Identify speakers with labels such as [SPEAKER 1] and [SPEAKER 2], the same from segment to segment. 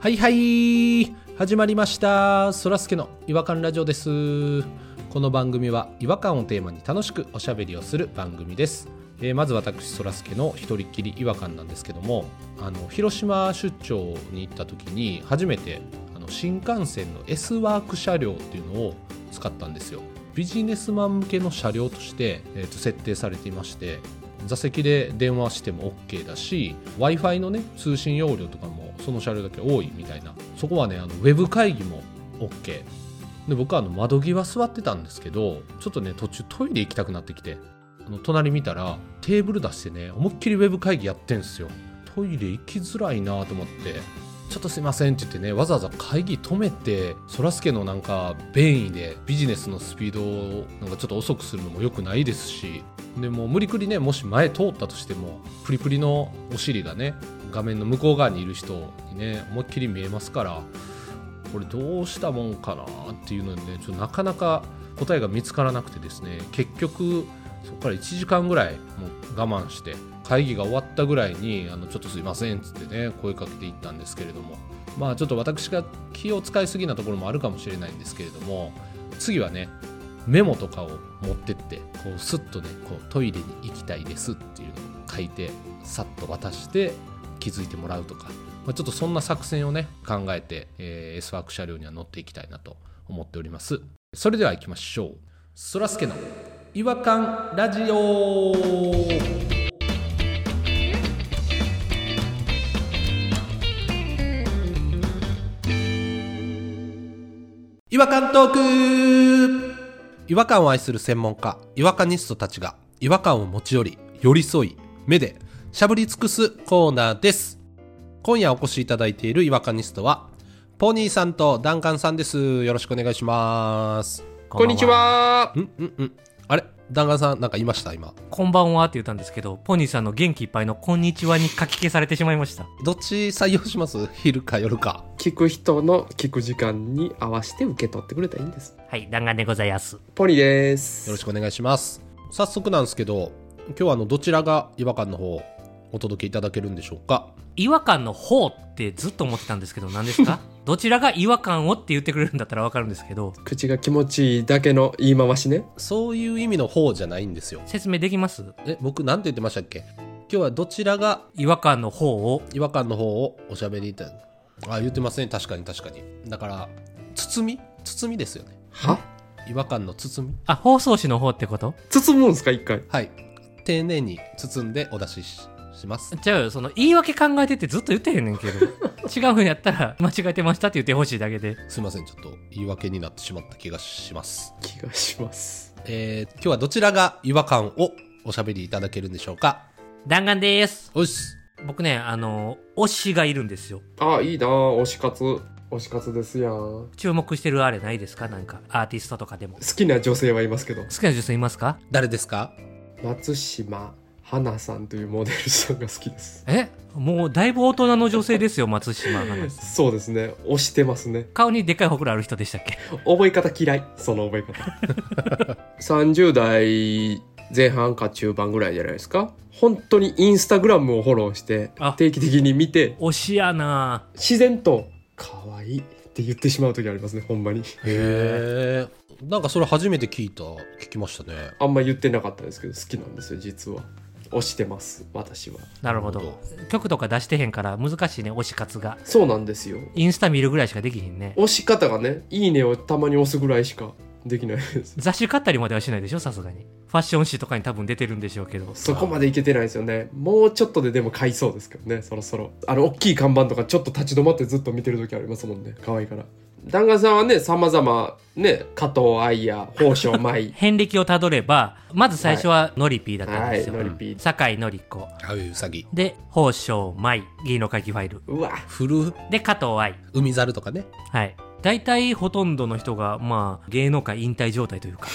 [SPEAKER 1] はいはい始まりましたそらすけの違和感ラジオですこの番組は違和感をテーマに楽しくおしゃべりをする番組です、えーまず私そらすけの一人っきり違和感なんですけどもあの広島出張に行った時に初めてあの新幹線の S ワーク車両っていうのを使ったんですよビジネスマン向けの車両として、えーと設定されていまして座席で電話しても OK だし w i f i の、ね、通信容量とかもその車両だけ多いみたいなそこはねあのウェブ会議も OK で僕はあの窓際座ってたんですけどちょっとね途中トイレ行きたくなってきてあの隣見たらテーブル出してね思いっきりウェブ会議やってんすよトイレ行きづらいなと思ってちょっとすいませんって言ってねわざわざ会議止めてそらすけのなんか便意でビジネスのスピードをなんかちょっと遅くするのも良くないですしでもう無理くりねもし前通ったとしてもプリプリのお尻がね画面の向こう側にいる人にね思いっきり見えますからこれどうしたもんかなっていうのでねちょっとなかなか答えが見つからなくてですね結局そこから1時間ぐらいもう我慢して会議が終わったぐらいに「あのちょっとすいません」っつってね声かけていったんですけれどもまあちょっと私が気を使いすぎなところもあるかもしれないんですけれども次はねメモとかを持ってってこうスッとねこうトイレに行きたいですっていうのを書いてさっと渡して気づいてもらうとか、まあ、ちょっとそんな作戦をね考えて、えー S ワーク車両には乗っていきたいなと思っておりますそれでは行きましょうそらすけの違和感ラジオ違和感トーク違和感を愛する専門家違和感ニストたちが違和感を持ち寄り寄り添い目でしゃぶり尽くすコーナーです今夜お越しいただいている違和感ニストはポニーさんとダンカンさんですよろしくお願いします
[SPEAKER 2] こんにち。は。
[SPEAKER 1] うんうんうんあれダンカンさんなんかいました今
[SPEAKER 3] こんばんはって言ったんですけど、ポニーさんの元気いっぱいのこんにちはに書き消されてしまいました。
[SPEAKER 1] どっち採用します 昼か夜か
[SPEAKER 2] 聞く人の聞く時間に合わせて受け取ってくれたらいいんです。
[SPEAKER 3] はい、弾丸でございます。
[SPEAKER 2] ポニーです。
[SPEAKER 1] よろしくお願いします早速なんですけど今日はあのどちらが違和感の方をお届けいただけるんでしょうか
[SPEAKER 3] 違和感の方ってずっと思ってたんですけど、何です かどちらが違和感をって言ってくれるんだったらわかるんですけど、
[SPEAKER 2] 口が気持ちいいだけの言い回しね。
[SPEAKER 1] そういう意味の方じゃないんですよ
[SPEAKER 3] 説明できます
[SPEAKER 1] え僕なんて言ってましたっけ今日はどちらが
[SPEAKER 3] 違和感の方を。
[SPEAKER 1] 違和感の方をおしゃべりいたあ言ってますね確かに確かにだから包み包みですよね
[SPEAKER 2] は
[SPEAKER 1] 違和感の包み
[SPEAKER 3] あ、放送紙の方ってこと
[SPEAKER 2] 包むんすか一回。
[SPEAKER 1] はい丁寧に包んでお出ししします
[SPEAKER 3] じゃあ、その言い訳考えてってずっと言ってへんねん けど。違うふうにやったら間違えてましたって言ってほしいだけで。
[SPEAKER 1] すいませんちょっと言い訳になってしまった気がします
[SPEAKER 2] 気がします。
[SPEAKER 1] えー今日はどちらが違和感をおしゃべりいただけるんでしょうか
[SPEAKER 3] 弾丸でーす。
[SPEAKER 1] おいっす
[SPEAKER 3] 僕ね、あの、推しがいるんですよ。
[SPEAKER 2] あ、いいなあ推し活。推し活ですやん。好
[SPEAKER 3] 注目してるあれないですかなんか、アーティストとかでも。好
[SPEAKER 2] きな女性はいますけど。
[SPEAKER 3] きな女性いますか
[SPEAKER 1] 誰ですか
[SPEAKER 2] 松島花さんというモデルさんが好きです。
[SPEAKER 3] えもうだいぶ大人の女性ですよ松島花さ ん
[SPEAKER 2] そうですね。推してますね。
[SPEAKER 3] 顔にでっかいほくろある人でしたっけ
[SPEAKER 2] 覚え方嫌いその覚え方30代前半か中盤ぐらいじゃないですか本当にインスタグラムをフォローして
[SPEAKER 3] あ
[SPEAKER 2] 定期的に見て
[SPEAKER 3] 推しやな
[SPEAKER 2] 自然と「可愛いって言ってしまう時ありますねほんまに
[SPEAKER 1] へえなんかそれ初めて聞いた聞きましたね
[SPEAKER 2] あんま言ってなかったですけど好きなんですよ実は推してます私は
[SPEAKER 3] なるほど
[SPEAKER 1] なるほ
[SPEAKER 3] 曲とか出してへんから難しいね推し活が
[SPEAKER 2] そうなんですよ
[SPEAKER 3] インスタ見るぐらいしかできへんね
[SPEAKER 2] 推し方がね「いいね」をたまに押すぐらいしかできないです
[SPEAKER 3] 雑誌買ったりまではしないでしょさすがにファッション誌とかに多分出てるんでしょうけど
[SPEAKER 2] そこまでいけてないですよねもうちょっとででも買いそうですけどねそろそろあの大きい看板とかちょっと立ち止まってずっと見てる時ありますもんね可愛いから弾丸さんはねさまざまね加藤愛や宝生舞
[SPEAKER 3] 遍歴をたどればまず最初はノリピーだったん
[SPEAKER 2] は
[SPEAKER 3] で
[SPEAKER 2] い
[SPEAKER 3] すよ、
[SPEAKER 2] ノリピー
[SPEAKER 3] 酒井のり子
[SPEAKER 1] あいうさぎ
[SPEAKER 3] で宝生舞芸能会議ファイル
[SPEAKER 2] うわ
[SPEAKER 1] 古
[SPEAKER 3] で加藤愛
[SPEAKER 1] 海猿とかね
[SPEAKER 3] はい。大体ほとんどの人が、まあ、芸能界引退状態という か、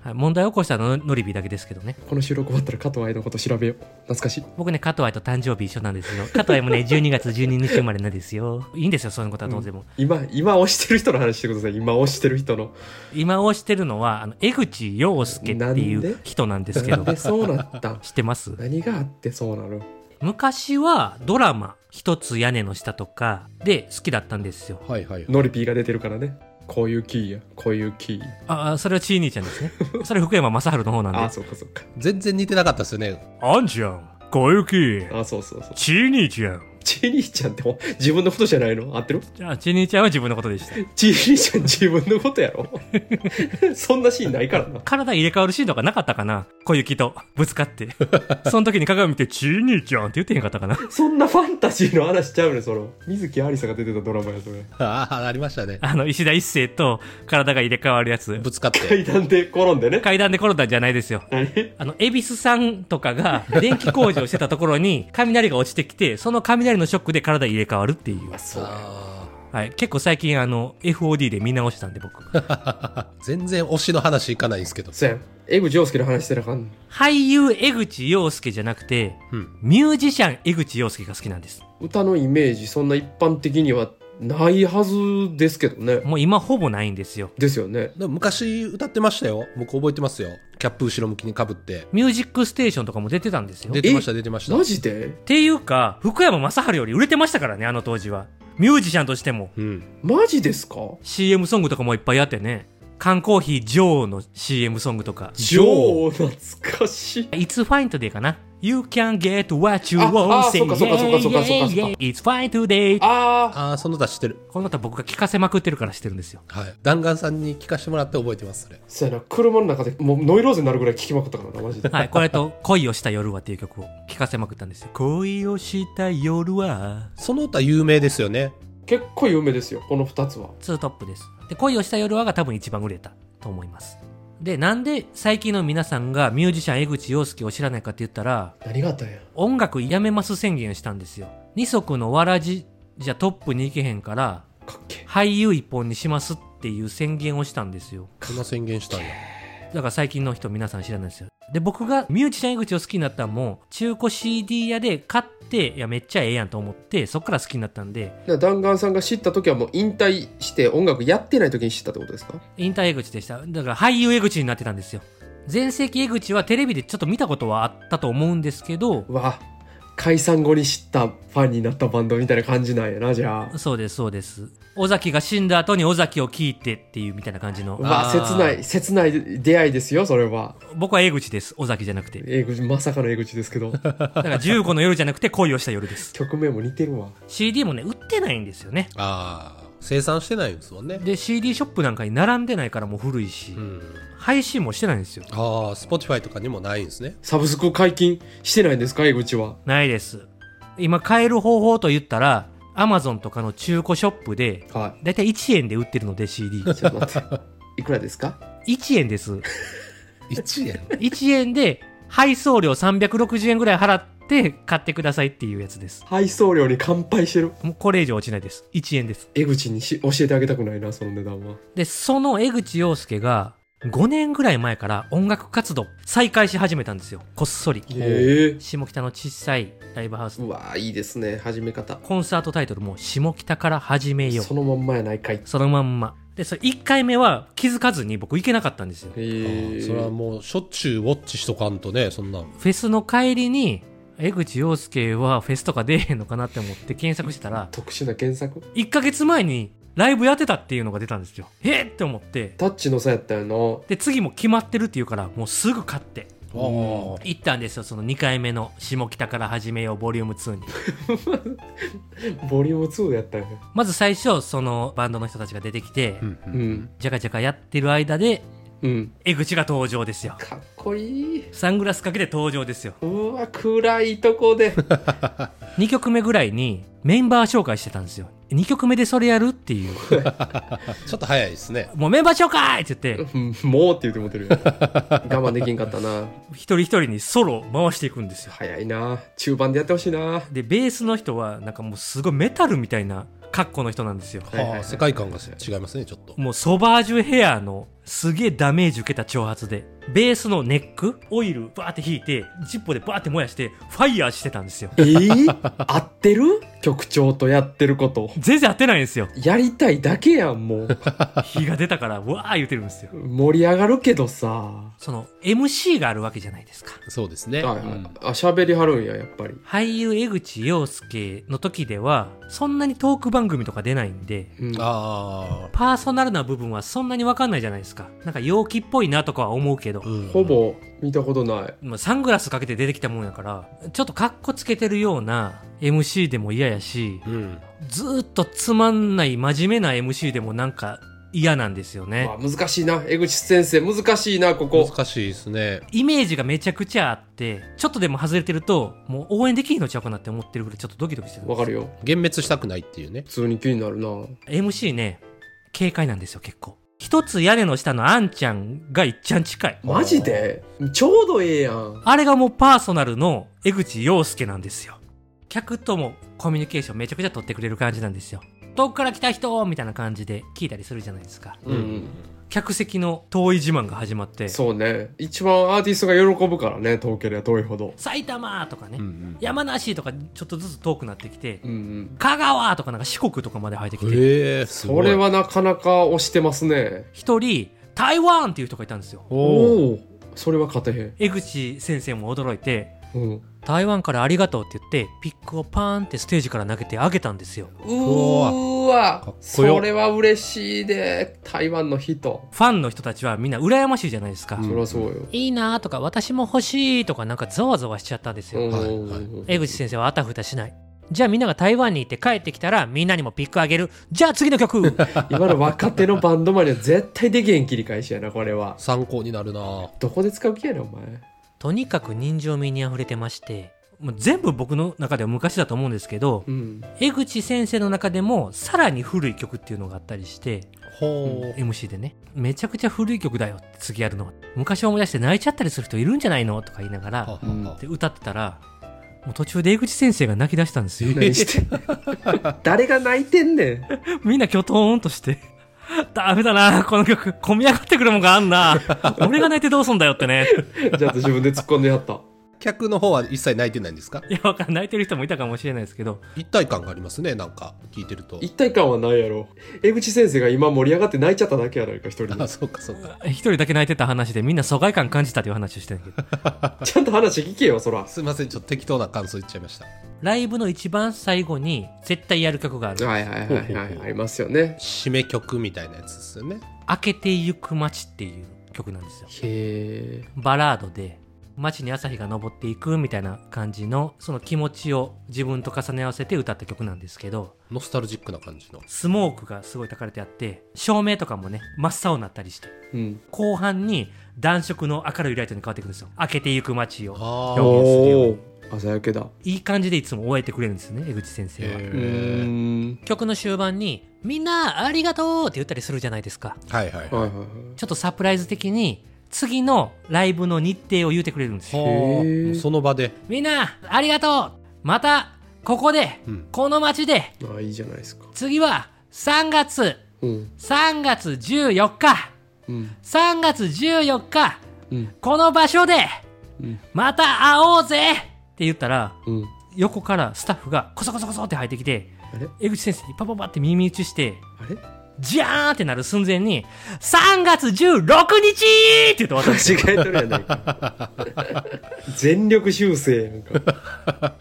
[SPEAKER 3] はい、問題を起こしたのはノリビーだけですけどね。
[SPEAKER 2] この収録終わったら加藤愛のこと調べよう懐かしい
[SPEAKER 3] 僕ね、加藤愛と誕生日一緒なんですよ。加藤愛もね、12月12日生まれなんですよ。いいんですよ、そういうことはどうでも。
[SPEAKER 2] 今今推してる人の話してください今推してる人の
[SPEAKER 3] 今をしてるのは、あの、江口洋介ってい
[SPEAKER 2] なん
[SPEAKER 3] う
[SPEAKER 2] で
[SPEAKER 3] 人なんですけ
[SPEAKER 2] な
[SPEAKER 3] ど
[SPEAKER 2] ん、でそうなったん
[SPEAKER 3] 知ってます
[SPEAKER 2] 何があってそうなの
[SPEAKER 3] 昔はドラマ一つ屋根の下とかで好きだったんですよ。
[SPEAKER 1] はいはい。
[SPEAKER 2] ノリピーが出てるからね。こういうキーや、こういうキー。
[SPEAKER 3] ああ、それはちい兄ちゃんですね。それ福山雅治の方なんで。
[SPEAKER 2] ああ、そうかそうか。
[SPEAKER 1] 全然似てなかったですよね。
[SPEAKER 3] あんちゃん、小雪、
[SPEAKER 2] ああ、そうそうそう。
[SPEAKER 3] ちい兄ちゃん。
[SPEAKER 2] チーリーちゃんってもう自分のことじゃないの合ってる
[SPEAKER 3] じゃあ、ちい兄ちゃんは自分のことでした。
[SPEAKER 2] チーリーちゃん自分のことやろ そんなシーンないからな。
[SPEAKER 3] 体入れ替わるシーンとかなかったかな小雪とぶつ かって。その時に鏡見て、ちい兄ちゃんって言ってへんかったかな
[SPEAKER 2] そんなファンタジーの話ちゃうねんその。水木有沙が出てたドラマや、それ。
[SPEAKER 1] ああ、ありましたね。
[SPEAKER 3] あの、石田一生と体が入れ替わるやつ。
[SPEAKER 1] ぶつかって。
[SPEAKER 2] 階段で転んでね。
[SPEAKER 3] 階段で転んだんじゃないですよ。
[SPEAKER 2] 何
[SPEAKER 3] あの、恵比寿さんとかが電気工事をしてたところに 雷が落ちてきて、その雷のショックで体入れ替わるっていう。
[SPEAKER 2] そうや
[SPEAKER 1] あ
[SPEAKER 3] はい。結構最近あの、FOD で見直したんで僕。
[SPEAKER 1] あ。全然推しの話いかないんですけど。
[SPEAKER 2] そうやん。江口洋介の話してなあかんの
[SPEAKER 3] 俳優江口洋介じゃなくて、
[SPEAKER 1] うん。
[SPEAKER 3] ミュージシャン江口洋介が好きなんです。
[SPEAKER 2] 歌のイメージ、そんな一般的にはないはずですけどね。
[SPEAKER 3] もう今ほぼないんですよ。
[SPEAKER 2] ですよね。
[SPEAKER 1] でも昔歌ってましたよ。僕覚えてますよ。キャップ後ろ向きにかぶって。
[SPEAKER 3] ミュージックステーションとかも出てたんですよ。
[SPEAKER 1] 出
[SPEAKER 3] って
[SPEAKER 1] ました、出てました。
[SPEAKER 2] マジで
[SPEAKER 3] ていうか、福山雅治より売れてましたからね、あの当時は。ミュージシャンとしても。
[SPEAKER 1] うん。
[SPEAKER 2] マジですか
[SPEAKER 3] CM ソングとかもいっぱいあってね。缶コーヒー女王の CM ソングとか。
[SPEAKER 1] 女王
[SPEAKER 2] 懐かしい。
[SPEAKER 3] It's fine today かな ?You can get what you
[SPEAKER 2] あ
[SPEAKER 3] want
[SPEAKER 2] あ
[SPEAKER 3] say
[SPEAKER 2] そうかそうかそうかそうかそうか
[SPEAKER 3] yeah, yeah, yeah. It's fine today
[SPEAKER 2] あ
[SPEAKER 1] ああ、その歌知ってる。
[SPEAKER 3] この歌僕が聞かせまくってるから知ってるんですよ。
[SPEAKER 1] はい。弾丸さんに聞かせてもらって覚えてます、それ
[SPEAKER 2] あ。。そうやな。車の中でもうノイローゼになるぐらい聞きまくったからな、マジ で。
[SPEAKER 3] はい、これと恋をした夜はっていう曲を聞かせまくったんですよ。恋をした夜は
[SPEAKER 1] その歌有名ですよね。
[SPEAKER 2] 結構有名ですよ、この2つは。
[SPEAKER 3] ツートップです。で、恋をした夜はが多分一番売れたと思います。で、なんで最近の皆さんがミュージシャン江口洋介を知らないかって言ったら、
[SPEAKER 2] 何があったんや。
[SPEAKER 3] 音楽やめます宣言したんですよ。二足のわらじじゃトップに行けへんから、
[SPEAKER 2] かっけ
[SPEAKER 3] 俳優一本にしますっていう宣言をしたんですよ。
[SPEAKER 1] こんな宣言したんや。
[SPEAKER 3] だから最近の人皆さん知らないですよ。で、僕がミュージシャン江口を好きになったのも、中古 CD 屋で買って、いや、めっちゃええやんと思って、そっから好きになったんで、
[SPEAKER 2] え。弾丸さんが知った時はもう引退して音楽やってない時に知ったってことですか
[SPEAKER 3] 引退江口でした。だから俳優江口になってたんですよ。前世紀江口はテレビでちょっと見たことはあったと思うんですけど、
[SPEAKER 2] うわ、解散後に知ったファンになったバンドみたいな感じなんやな、じゃあ。
[SPEAKER 3] そうです、そうです。尾崎が死んだ後に尾崎を聞いてっていうみたいな感じ
[SPEAKER 2] う
[SPEAKER 3] の、
[SPEAKER 2] わ、
[SPEAKER 1] あー
[SPEAKER 2] 切ない、切ない出会いですよ、それは。
[SPEAKER 3] 僕は江口です、尾崎じゃなくて。
[SPEAKER 2] 英口、まさかの英口です けど。
[SPEAKER 3] だから15の夜じゃなくて恋をした夜です。
[SPEAKER 2] 曲名も似てるわ。
[SPEAKER 3] CD もね、売ってないんですよね。
[SPEAKER 1] ああ。生産してないんですもんね。
[SPEAKER 3] で、CD ショップなんかに並んでないからもう古いし、
[SPEAKER 1] うん。
[SPEAKER 3] 配信もしてないんですよ。
[SPEAKER 1] ああ、Spotify とかにもないんですね。
[SPEAKER 2] サブスク解禁してないんですか、英口は。
[SPEAKER 3] ないです。今買える方法と言ったら、Amazon とかの中古ショップで、
[SPEAKER 2] は
[SPEAKER 3] だいたい1円で売ってるので CD。
[SPEAKER 2] い。ちょっと 待って。いくらですか
[SPEAKER 3] 1円です。
[SPEAKER 1] 1円。
[SPEAKER 3] 1円で配送料360円ぐらい払って買ってくださいっていうやつです。
[SPEAKER 2] 配送料に乾杯してる。
[SPEAKER 3] もうこれ以上落ちないです。1円です。
[SPEAKER 2] 江口にし教えてあげたくないな、その値段は。
[SPEAKER 3] で、その江口洋介が5年ぐらい前から音楽活動再開し始めたんですよ。こっそり。
[SPEAKER 2] ええ
[SPEAKER 3] 下北の小さいライブハウス。
[SPEAKER 2] うわいいですね、始め方。
[SPEAKER 3] コンサートタイトルも下北から始めよう。
[SPEAKER 2] そのまんまやないかい。
[SPEAKER 3] そのまんま。で、それ1回目は気づかずに僕行けなかったんですよ。
[SPEAKER 2] え
[SPEAKER 3] フ
[SPEAKER 1] ああ
[SPEAKER 2] ー
[SPEAKER 1] それはもうしょっちゅうウォッチしとかんとね、そんなん。
[SPEAKER 3] ェスの帰りに、江口洋介はフェスとか出えへんのかなって思って検索してたら、
[SPEAKER 2] 特殊な検索
[SPEAKER 3] 1ヶ月前にライブやってたっていうのが出たんですよ。えーって思って。
[SPEAKER 2] タッチの差やったよ
[SPEAKER 3] で、次も決まってるっていうから、もうすぐ買って。
[SPEAKER 1] ああ。
[SPEAKER 3] 行ったんですよ、その2回目の下北から始めようボリューム2に。
[SPEAKER 2] なボリューム2やったよね
[SPEAKER 3] まず最初、そのバンドの人たちが出てきて、
[SPEAKER 1] うんう。
[SPEAKER 2] うんん
[SPEAKER 3] ジャカジャカやってる間で、
[SPEAKER 2] うん
[SPEAKER 3] 江口が登場ですよ。
[SPEAKER 2] かっこいい
[SPEAKER 3] サングラスかけて登場ですよ。
[SPEAKER 2] うわ暗いとこで
[SPEAKER 3] 2曲目ぐらいにメンバー紹介してたんですよ。2曲目でそれやるっていう。
[SPEAKER 1] ちょっと早いですね。
[SPEAKER 3] もうメンバー紹介って言って、
[SPEAKER 2] うん もうって言って持ってるよ 我慢できんかったな
[SPEAKER 3] 一人一人にソロを回していくんですよ。
[SPEAKER 2] 早いな中盤でやってほしいな
[SPEAKER 3] で、ベースの人はなんかもうすごいメタルみたいな格好の人なんですよ。
[SPEAKER 2] はいはいはい
[SPEAKER 1] はあ、世界観が違いますね、ちょっと。
[SPEAKER 3] もうソバージュヘアのすげえダメージ受けた挑発で、ベースのネック、オイル、バーって引いて、ジッポでバーって燃やして、ファイヤーしてたんですよ。
[SPEAKER 2] えー、 合ってる局長とやってること。
[SPEAKER 3] 全然合ってないんですよ。
[SPEAKER 2] やりたいだけやん、もう。
[SPEAKER 3] 火が出たから、わー言ってるんですよ。
[SPEAKER 2] 盛り上がるけどさ。
[SPEAKER 3] その、MC があるわけじゃないですか。
[SPEAKER 1] そうですね、
[SPEAKER 2] はいはい
[SPEAKER 1] うん。
[SPEAKER 2] あ、喋りはるんや、やっぱり。
[SPEAKER 3] 俳優江口洋介の時では、そんなにトーク番組とか出ないんで、
[SPEAKER 2] うん、
[SPEAKER 1] あ
[SPEAKER 3] パーソナルな部分はそんなにわかんないじゃないですか。なんか陽気っぽいなとかは思うけど
[SPEAKER 1] あ、、うん
[SPEAKER 2] ほぼ見たことない。
[SPEAKER 3] まあサングラスかけて出てきたもんやから、ちょっとカッコつけてるような MC でも嫌やし、
[SPEAKER 1] うん
[SPEAKER 3] ずーっとつまんない真面目な MC でもなんか嫌なんですよね
[SPEAKER 2] まあ、。難しいな。江口先生、難しいな、ここ。
[SPEAKER 1] 難しいですね
[SPEAKER 3] イメージがめちゃくちゃあって、ちょっとでも外れてると、もう応援できひんのちゃうかなって思ってるぐらいちょっとドキドキしてるんで
[SPEAKER 2] わ
[SPEAKER 3] す
[SPEAKER 2] かるよ。
[SPEAKER 1] 幻滅したくないっていうね
[SPEAKER 2] 普通に気になるな。
[SPEAKER 3] MC ね、警戒なんですよ結構。一つ屋根の下のあんちゃんがいっちゃん近い。
[SPEAKER 2] マジでちょうどええやん。
[SPEAKER 3] あれがもうパーソナルの江口洋介なんですよ。客ともコミュニケーションめちゃくちゃ取ってくれる感じなんですよ。遠くから来た人みたいな感じで聞いたりするじゃないですか。
[SPEAKER 2] うん
[SPEAKER 3] 客席の遠い自慢が始まって、
[SPEAKER 2] そうね。一番アーティストが喜ぶからね、遠ければ遠いほど。
[SPEAKER 3] 埼玉とかね、
[SPEAKER 1] うんうん
[SPEAKER 3] 山梨とかちょっとずつ遠くなってきて、
[SPEAKER 2] うんうん。
[SPEAKER 3] 香川とかなんか四国とかまで入ってきて、
[SPEAKER 1] へえすご
[SPEAKER 2] そ
[SPEAKER 1] い
[SPEAKER 2] れはなかなか押してますね。
[SPEAKER 3] 一人台湾っていう人がいたんですよ。
[SPEAKER 1] おお
[SPEAKER 2] お。それは勝てへん。
[SPEAKER 3] 江口先生も驚いて、
[SPEAKER 2] うん。
[SPEAKER 3] 台湾からありがとうって言って、ピックをパーンってステージから投げてあげたんですよ。
[SPEAKER 2] うー
[SPEAKER 1] か
[SPEAKER 2] わ
[SPEAKER 1] っこよ
[SPEAKER 2] それは嬉しいで台湾の人、
[SPEAKER 3] ファンの人たちはみんな羨ましいじゃないですか。
[SPEAKER 1] うん
[SPEAKER 2] それはそうよ、
[SPEAKER 3] いいなとか、私も欲しいとか、なんかざわざわしちゃったんです
[SPEAKER 2] う
[SPEAKER 3] よ。
[SPEAKER 2] ん
[SPEAKER 1] はいはい
[SPEAKER 3] 江口先生はあたふたしない。じゃあみんなが台湾に行って帰ってきたら、みんなにもピックあげる。じゃあ次の 曲
[SPEAKER 2] 今の若手のバンドマンには絶対できへん切り返しやなこれは
[SPEAKER 1] 参考になるな
[SPEAKER 2] どこで使う気やねんお前
[SPEAKER 3] とにかく人情味に溢れてまして、もう全部僕の中では昔だと思うんですけど、
[SPEAKER 2] うん
[SPEAKER 3] 江口先生の中でもさらに古い曲っていうのがあったりして、
[SPEAKER 1] ほ
[SPEAKER 3] MC でね、めちゃくちゃ古い曲だよって次やるのは。昔を思い出して泣いちゃったりする人いるんじゃないのとか言いなが
[SPEAKER 1] うは
[SPEAKER 3] ら、
[SPEAKER 1] はは
[SPEAKER 3] で歌ってたら、もう途中で江口先生が泣き出したん ですよ。
[SPEAKER 2] 何して 誰が泣いてんねん
[SPEAKER 3] みんなきょとーんとして。 ダメだな、この曲。込み上がってくるもんがあんな。俺が泣いてどうすんだよってね。
[SPEAKER 2] じゃあ自分で突っ込んでやった
[SPEAKER 1] 客の方は一切泣いてないんですか
[SPEAKER 3] いや、わかんない。泣いてる人もいたかもしれないですけど。
[SPEAKER 1] 一体感がありますねなんか聞いてると
[SPEAKER 2] 一体感はないやろ江口先生が今盛り上がって泣いちゃっただけやないか一人で
[SPEAKER 1] あそうかそうか
[SPEAKER 3] 一人だけ泣いてた話でみんな疎外感感じたという話をしてるけど。
[SPEAKER 2] ちゃんと話聞けよそら
[SPEAKER 1] すいませんちょっと適当な感想言っちゃいました
[SPEAKER 3] ライブの一番最後に絶対やる曲がある。
[SPEAKER 2] はいはいはいはいありますよね
[SPEAKER 1] 締め曲みたいなやつですよね
[SPEAKER 3] 明けてゆく街っていう曲なんですよ。
[SPEAKER 2] へえ
[SPEAKER 3] バラードで街に朝日が昇っていくみたいな感じのその気持ちを自分と重ね合わせて歌った曲なんですけど
[SPEAKER 1] ノスタルジックな感じの
[SPEAKER 3] スモークがすごい焚かれてあって照明とかもね真っ青になったりして
[SPEAKER 2] うん
[SPEAKER 3] 後半に暖色の明るいライトに変わっていくんですよ明けていく街を
[SPEAKER 1] あ
[SPEAKER 3] ー
[SPEAKER 1] ー
[SPEAKER 2] おお朝焼けだ
[SPEAKER 3] いい感じでいつも終えてくれるんですね江口先生は、
[SPEAKER 2] うー
[SPEAKER 1] へ
[SPEAKER 2] ん
[SPEAKER 3] 曲の終盤に「みんなありがとう!」って言ったりするじゃないですか
[SPEAKER 1] ーはいはい
[SPEAKER 2] はい
[SPEAKER 1] は
[SPEAKER 2] はいいはい
[SPEAKER 3] ちょっとサプライズ的に次のライブの日程を言うてくれるんですよ
[SPEAKER 1] は
[SPEAKER 2] へ
[SPEAKER 1] ー
[SPEAKER 2] ー
[SPEAKER 1] もうその場で
[SPEAKER 3] みんなありがとうまたここで、
[SPEAKER 1] うん
[SPEAKER 3] この街で
[SPEAKER 2] ああいいじゃないですか
[SPEAKER 3] 次は3月
[SPEAKER 2] うん
[SPEAKER 3] 3月14日
[SPEAKER 2] うん
[SPEAKER 3] 3月14日
[SPEAKER 2] うん
[SPEAKER 3] この場所で
[SPEAKER 2] うん
[SPEAKER 3] また会おうぜって言ったら
[SPEAKER 2] うん
[SPEAKER 3] 横からスタッフがコソコソコソって入ってきて
[SPEAKER 2] あれ
[SPEAKER 3] 江口先生にパパパって耳打ちして
[SPEAKER 2] あれ
[SPEAKER 3] ジャーンってなる寸前に3月16日って言って終わった
[SPEAKER 2] 間違えとるやないか全力修正やんか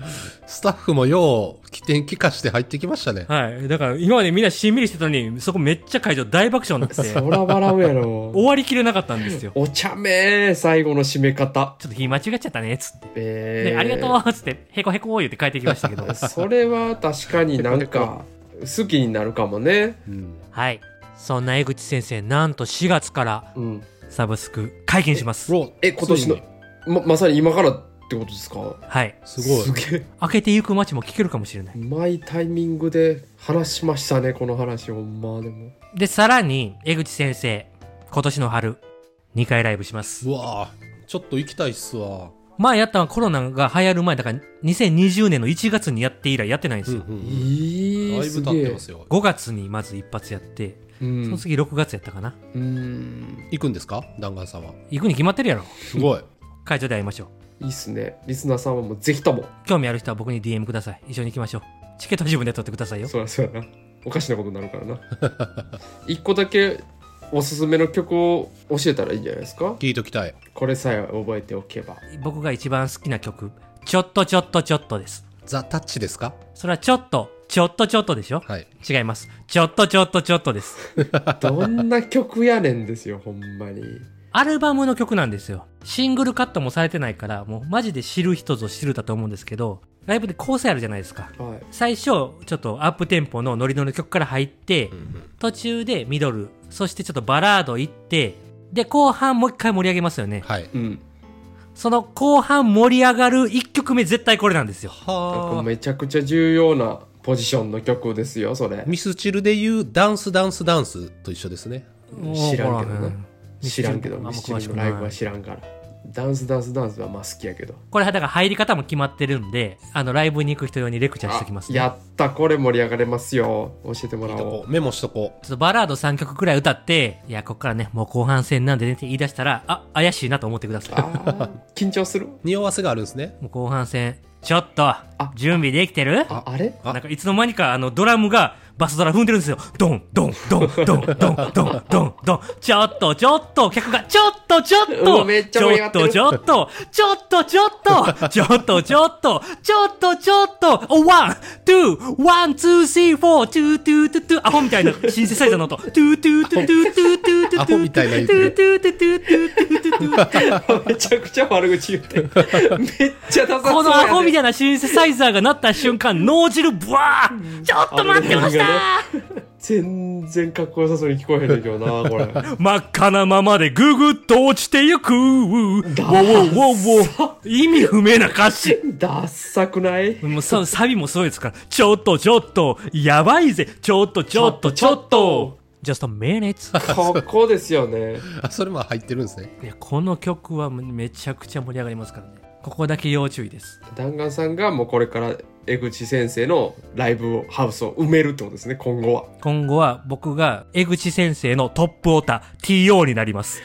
[SPEAKER 1] スタッフもよう起点気化して入ってきましたね
[SPEAKER 3] はい。だから、今までみんなしんみりしてたのに、そこめっちゃ会場大爆笑になってて、
[SPEAKER 2] そら笑うやろ
[SPEAKER 3] 終わりきれなかったんですよ。
[SPEAKER 2] お茶目最後の締め方
[SPEAKER 3] ちょっと日間違っちゃったね、つって。
[SPEAKER 2] え
[SPEAKER 3] で、
[SPEAKER 2] ー、
[SPEAKER 3] ありがとうっつって、へこへこ言って帰ってきま したけど。
[SPEAKER 2] それは確かになんか好きになるかもね
[SPEAKER 1] うん
[SPEAKER 3] はい。そんな江口先生、なんと4月から
[SPEAKER 2] うん
[SPEAKER 3] サブスク解禁します。
[SPEAKER 1] お
[SPEAKER 2] え今年の
[SPEAKER 1] ついに
[SPEAKER 2] ままさに今からってことですか
[SPEAKER 3] はい。
[SPEAKER 1] すごい
[SPEAKER 2] すげえ。
[SPEAKER 3] 開けてゆく街も聞けるかもしれないう
[SPEAKER 2] まいタイミングで話しましたねこの話ほんまでも
[SPEAKER 3] で、さらに、江口先生、今年の春、2回ライブします。
[SPEAKER 1] うわーちょっと行きたいっすわ
[SPEAKER 3] 前やったのはコロナが流行る前、だから2020年の1月にやって以来やってないんですよ。
[SPEAKER 2] えー
[SPEAKER 1] だいぶ
[SPEAKER 2] す
[SPEAKER 1] 経っ
[SPEAKER 2] げ
[SPEAKER 1] て
[SPEAKER 2] え
[SPEAKER 1] ますよ
[SPEAKER 3] 5月にまず一発やって、
[SPEAKER 2] うん
[SPEAKER 3] その次6月やったかな
[SPEAKER 2] うん
[SPEAKER 1] 行くんですか弾丸さんは
[SPEAKER 3] 行くに決まってるやろ
[SPEAKER 1] すごい
[SPEAKER 3] 会場で会いましょう
[SPEAKER 2] いいっすねリスナーさんはもうぜひとも
[SPEAKER 3] 興味ある人は僕に DM ください一緒に行きましょうチケットは自分で取ってくださいよ
[SPEAKER 2] そりゃそうやなおかしなことになるからな 一個だけおすすめの曲を教えたらいいんじゃないですか
[SPEAKER 1] 聞いときたい
[SPEAKER 2] これさえ覚えておけば
[SPEAKER 3] 僕が一番好きな曲「ちょっとちょっとちょっと」です
[SPEAKER 1] ザ・タッチですか
[SPEAKER 3] それはちょっとちょっとちょっとでしょ
[SPEAKER 1] はい
[SPEAKER 3] 違いますちょっとちょっとちょっとです
[SPEAKER 2] どんな曲やねんですよほんまに
[SPEAKER 3] アルバムの曲なんですよシングルカットもされてないからもうマジで知る人ぞ知るだと思うんですけどライブで構成あるじゃないですか
[SPEAKER 2] はい
[SPEAKER 3] 最初ちょっとアップテンポのノリノリの曲から入って、途中でミドルそしてちょっとバラード行ってで後半もう一回盛り上げますよね
[SPEAKER 1] はい
[SPEAKER 2] うん
[SPEAKER 3] その後半盛り上がる1曲目絶対これなんですよ
[SPEAKER 2] なんか
[SPEAKER 1] は
[SPEAKER 2] めちゃくちゃ重要なポジションの曲ですよそれ
[SPEAKER 1] ミスチルで言うダンスダンスダンスと一緒ですね
[SPEAKER 2] 知らんけどな
[SPEAKER 3] もうほら
[SPEAKER 2] 知らんけど
[SPEAKER 3] ミ
[SPEAKER 2] ミ
[SPEAKER 3] ス
[SPEAKER 2] ス
[SPEAKER 3] チ
[SPEAKER 2] チ
[SPEAKER 3] ル
[SPEAKER 2] ルのライブ
[SPEAKER 3] あんま詳
[SPEAKER 2] は
[SPEAKER 3] し
[SPEAKER 2] 知らんからダンスダンスダンスはまあ好きやけど
[SPEAKER 3] これはだから入り方も決まってるんであのライブに行く人用にレクチャーしてきます、ね、
[SPEAKER 2] やったこれ盛り上がれますよ教えてもら
[SPEAKER 1] と
[SPEAKER 2] お
[SPEAKER 1] こ
[SPEAKER 2] う
[SPEAKER 1] うメモしとこ
[SPEAKER 3] ちょっとバラード3曲くらい歌っていやこっからねもう後半戦なんでねって言い出したらあ怪しいなと思ってください
[SPEAKER 2] あー緊張する
[SPEAKER 1] う匂わせがあるんですね
[SPEAKER 3] もう後半戦ちょっと準備できてる
[SPEAKER 2] ああれ
[SPEAKER 1] あ
[SPEAKER 3] なんかいつの間にかあのドラムがバスドラ踏んでるんですよ。ドンドンドンドンドンドンドンドン。ちょっとちょっと客がちょっとちょっ
[SPEAKER 2] う
[SPEAKER 3] と
[SPEAKER 2] わめっち
[SPEAKER 3] ち
[SPEAKER 2] ゃ盛り
[SPEAKER 3] ょ
[SPEAKER 2] 上が
[SPEAKER 3] っ
[SPEAKER 2] って
[SPEAKER 3] と
[SPEAKER 2] る
[SPEAKER 3] ちょっとちょっとちょっとちょっとちょっとちょっとちょっとおワンツーワンツースリーフォートゥートゥートゥートゥーアホみたいなシンセサイザーの音トゥートゥートゥートゥートゥートゥートゥー
[SPEAKER 1] アホみたいな言うてる
[SPEAKER 3] トゥートゥートゥートゥートゥートゥートゥートゥー
[SPEAKER 2] めちゃくちゃ悪口 言ってるめっちゃダサそうや
[SPEAKER 3] このアホみ
[SPEAKER 2] い
[SPEAKER 3] たいなシンセサイザーが鳴った瞬間、脳汁ブワーちょっと待ってました
[SPEAKER 2] 全然かっこよさそうに聞こえへんねんけど なこれ
[SPEAKER 3] 真っ赤なままでぐぐっと落ちてゆくウォーウォーウォーウォー意味不明な歌詞
[SPEAKER 2] ダッサくない
[SPEAKER 3] もうさサビもそうですから、ちょっとちょっと、やばいぜ、ちょっとちょっとちょっと、just a minute。
[SPEAKER 2] ここですよね
[SPEAKER 1] あそれも入ってるんですね
[SPEAKER 3] いや、この曲はめちゃくちゃ盛り上がりますからね。ここだけ要注意です。
[SPEAKER 2] 弾丸さんがもうこれから江口先生のライブをハウスを埋めるってことですね今後は
[SPEAKER 3] 今後は僕が江口先生のトップオタ、TO になります。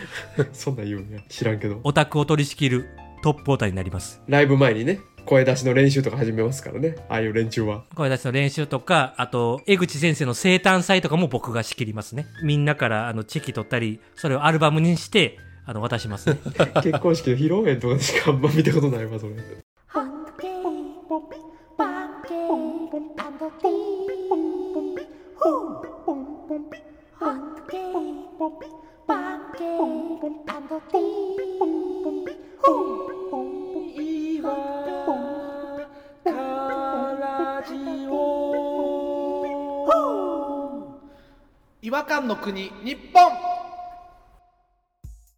[SPEAKER 2] そんなん言うんや知らんけど
[SPEAKER 3] オタクを取り仕切るトップオーターになります。
[SPEAKER 2] ライブ前にね声出しの練習とか始めますからねああいう連中は
[SPEAKER 3] 声出しの練習とか、あと、江口先生の生誕祭とかも僕が仕切りますね。みんなから、あの、チェキ取ったり、それをアルバムにして、あの、渡しますね。
[SPEAKER 2] 結婚式の披露宴とかしかあんま見たことないわそれ
[SPEAKER 4] Hunky,
[SPEAKER 5] 違和感の国日本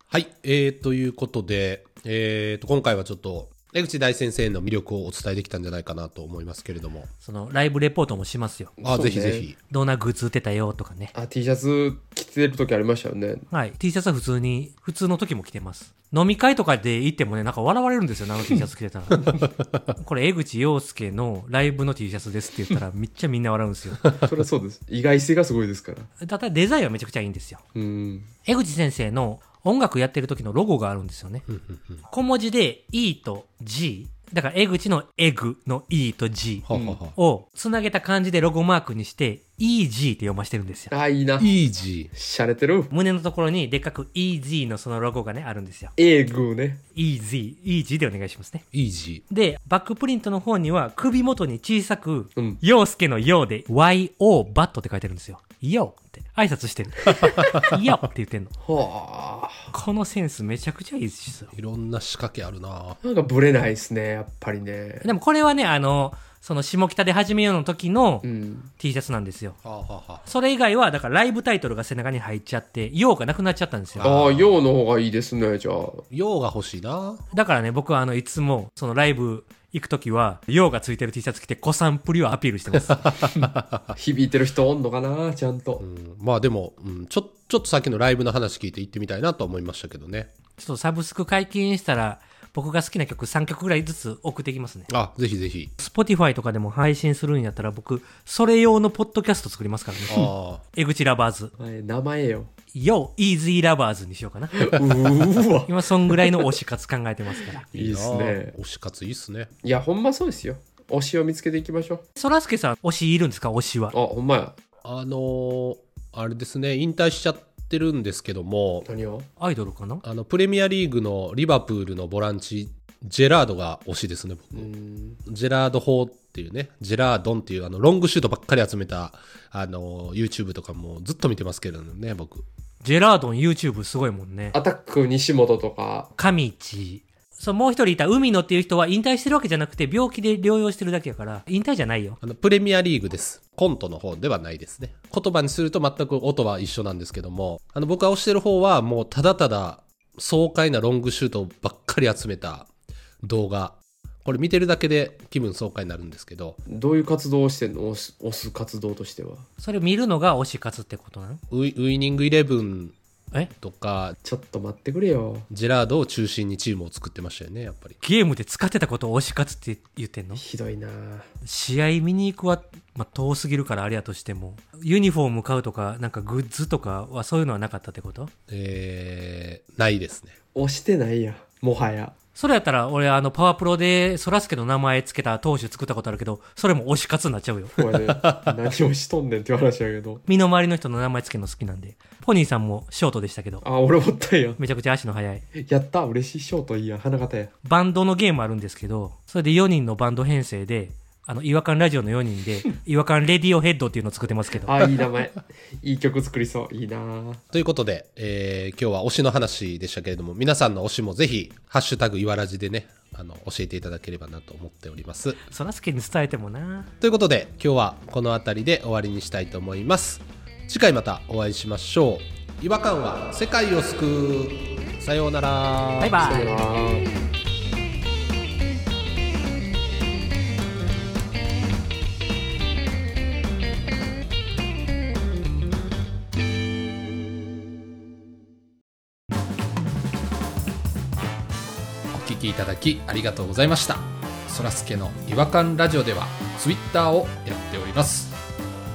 [SPEAKER 1] はい、えー、ということで、えー、と今回はちょっと江口大先生の魅力をお伝えできたんじゃないかなと思いますけれども
[SPEAKER 3] その、ライブレポートもしますよ。
[SPEAKER 1] あ、
[SPEAKER 2] そ
[SPEAKER 1] ぜ
[SPEAKER 2] うね
[SPEAKER 1] ひぜひ
[SPEAKER 3] どんなグッズ売ってたよとかね。
[SPEAKER 2] あ T シャツ着てる時ありましたよね
[SPEAKER 3] はい。T シャツは普通に、普通の時も着てます。飲み会とかで行ってもね、なんか笑われるんですよ、あの T シャツ着てたら。これ、江口洋介のライブの T シャツですって言ったら、めっちゃみんな笑うんですよ。
[SPEAKER 2] それはそうです意外性がすごいですから
[SPEAKER 3] ただ、デザインはめちゃくちゃいいんですよ。
[SPEAKER 2] うん
[SPEAKER 3] 江口先生の音楽やってる時のロゴがあるんですよね。小文字で E と G。だから江口のエグの E と G
[SPEAKER 1] ははは、
[SPEAKER 3] をつなげた感じでロゴマークにして EG って読ましてるんですよ。
[SPEAKER 2] あいいな
[SPEAKER 1] イージ
[SPEAKER 2] しゃれてる
[SPEAKER 3] 胸のところにでっかく EG のそのロゴがね、あるんですよ。
[SPEAKER 2] A グーね
[SPEAKER 3] EG、EG でお願いしますね。
[SPEAKER 1] ーイージ
[SPEAKER 3] で、バックプリントの方には首元に小さく
[SPEAKER 2] うん、
[SPEAKER 3] 洋介のようで YO バットって書いてるんですよ。よって挨拶 してる。よって言ってんの。
[SPEAKER 2] はあ
[SPEAKER 3] このセンスめちゃくちゃいいですよ。
[SPEAKER 1] ーいろんな仕掛けあるな
[SPEAKER 2] なんかブレないですねやっぱりね
[SPEAKER 3] でもこれはね、あの、その下北で始めようの時の
[SPEAKER 2] うん
[SPEAKER 3] T シャツなんですよ。
[SPEAKER 1] ははは
[SPEAKER 3] それ以外は、だからライブタイトルが背中に入っちゃって、ようがなくなっちゃったんですよ。
[SPEAKER 2] ああ陽の方がいいですねじゃあ
[SPEAKER 1] 用が欲しいな
[SPEAKER 3] だからね、僕はあの、いつも、そのライブ行く時は、ようがついてる T シャツ着て、子さんぷりをアピールして ます。
[SPEAKER 2] 響いてる人おんのかなちゃんと、
[SPEAKER 1] うんまあでも、うん、ちょちょっとさっきのライブの話聞いて行ってみたいなと思いましたけどね
[SPEAKER 3] ちょっとサブスク解禁したら、僕が好きな曲3曲ぐらいずつ送っていきますね。
[SPEAKER 1] あぜひぜひ
[SPEAKER 3] Spotify とかでも配信するんやったら僕、それ用のポッドキャスト作りますからね。
[SPEAKER 1] あ
[SPEAKER 3] 江口ラバーズ。
[SPEAKER 2] 前名前よ。
[SPEAKER 3] Yo, Easy Lovers にしよう かな。
[SPEAKER 2] うーわ。
[SPEAKER 3] 今、そんぐらいの推し活考えてますから。
[SPEAKER 1] ー
[SPEAKER 2] いいです
[SPEAKER 1] な
[SPEAKER 2] ね。
[SPEAKER 1] 推し活いいっすね
[SPEAKER 2] いや、ほんまそうですよ。推しを見つけていきましょう。
[SPEAKER 3] そらすけさん、推しいるんですか推しは
[SPEAKER 2] あ、。ほんまや。
[SPEAKER 1] あのーあれですね引退しちゃってるんですけども
[SPEAKER 2] 何を
[SPEAKER 3] アイドルかな
[SPEAKER 1] あのプレミアリーグのリバプールのボランチジェラードが推しですね僕
[SPEAKER 2] うーん。
[SPEAKER 1] ジェラード法っていうね、ジェラードンっていうあのロングシュートばっかり集めた、あの、YouTube とかもずっと見てますけどね、僕。
[SPEAKER 3] ジェラードン YouTube すごいもんね。
[SPEAKER 2] アタック西本とか、
[SPEAKER 3] 上地。そう、もう一人いた海野っていう人は引退してるわけじゃなくて病気で療養してるだけやから、引退じゃないよ。
[SPEAKER 1] あの、プレミアリーグです。コントの方ではないですね。言葉にすると全く音は一緒なんですけども、あの、僕が推してる方はもうただただ爽快なロングシュートばっかり集めた動画。これ見てるだけで気分爽快になるんですけど、
[SPEAKER 2] どういう活動をしてんの推す推す活動としては。
[SPEAKER 3] それを見るのが推し活ってことなの
[SPEAKER 1] ウイウイニングイレブン
[SPEAKER 3] え
[SPEAKER 1] とか、
[SPEAKER 2] ちょっと待ってくれよ。
[SPEAKER 1] ジェラードを中心にチームを作ってましたよね、やっぱり。
[SPEAKER 3] ゲームで使ってたことを推し活って言ってんの
[SPEAKER 2] ひどいな
[SPEAKER 3] 試合見に行くは、まあ、遠すぎるからあれやとしても、ユニフォーム買うとか、なんかグッズとかはそういうのはなかったってこと
[SPEAKER 1] えー、ないですね。
[SPEAKER 2] 推してないや。もはや。
[SPEAKER 3] それやったら、俺、あの、パワープロで、そらすけの名前つけた投手作ったことあるけど、それも推し活になっちゃうよ。
[SPEAKER 2] こ れね何をしとんねんっていう話やけど。
[SPEAKER 3] 身の回りの人の名前つけるの好きなんで。ポニーさんもショートでしたけど、
[SPEAKER 2] あ、俺もったいや。
[SPEAKER 3] めちゃくちゃ足の速い。
[SPEAKER 2] やった、嬉しいショートいいや。花形や。
[SPEAKER 3] バンドのゲームあるんですけど、それで4人のバンド編成で、あの、違和感ラジオの4人で、 違和感レディオヘッドっていうのを作ってますけど。
[SPEAKER 2] あ、いい名 前。いい曲作りそう。いいな
[SPEAKER 1] ということで、えー今日は推しの話でしたけれども、皆さんの推しもぜひ、ハッシュタグいわらじでね、あの、教えていただければなと思っております。
[SPEAKER 3] そらすけに伝えてもな。
[SPEAKER 1] ということで、今日はこの辺りで終わりにしたいと思います。次回またお会いしましょう。違和感は世界を救う。さようなら。
[SPEAKER 3] バイバ
[SPEAKER 2] さ
[SPEAKER 3] イ
[SPEAKER 2] よ。なら
[SPEAKER 1] お聞きいただきありがとうございましたそらすけの違和感ラジオではツイッターをやっております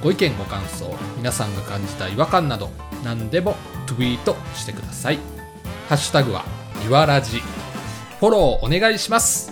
[SPEAKER 1] ご意見ご感想皆さんが感じた違和感など何でもツイートしてくださいハッシュタグはいわらじフォローお願いします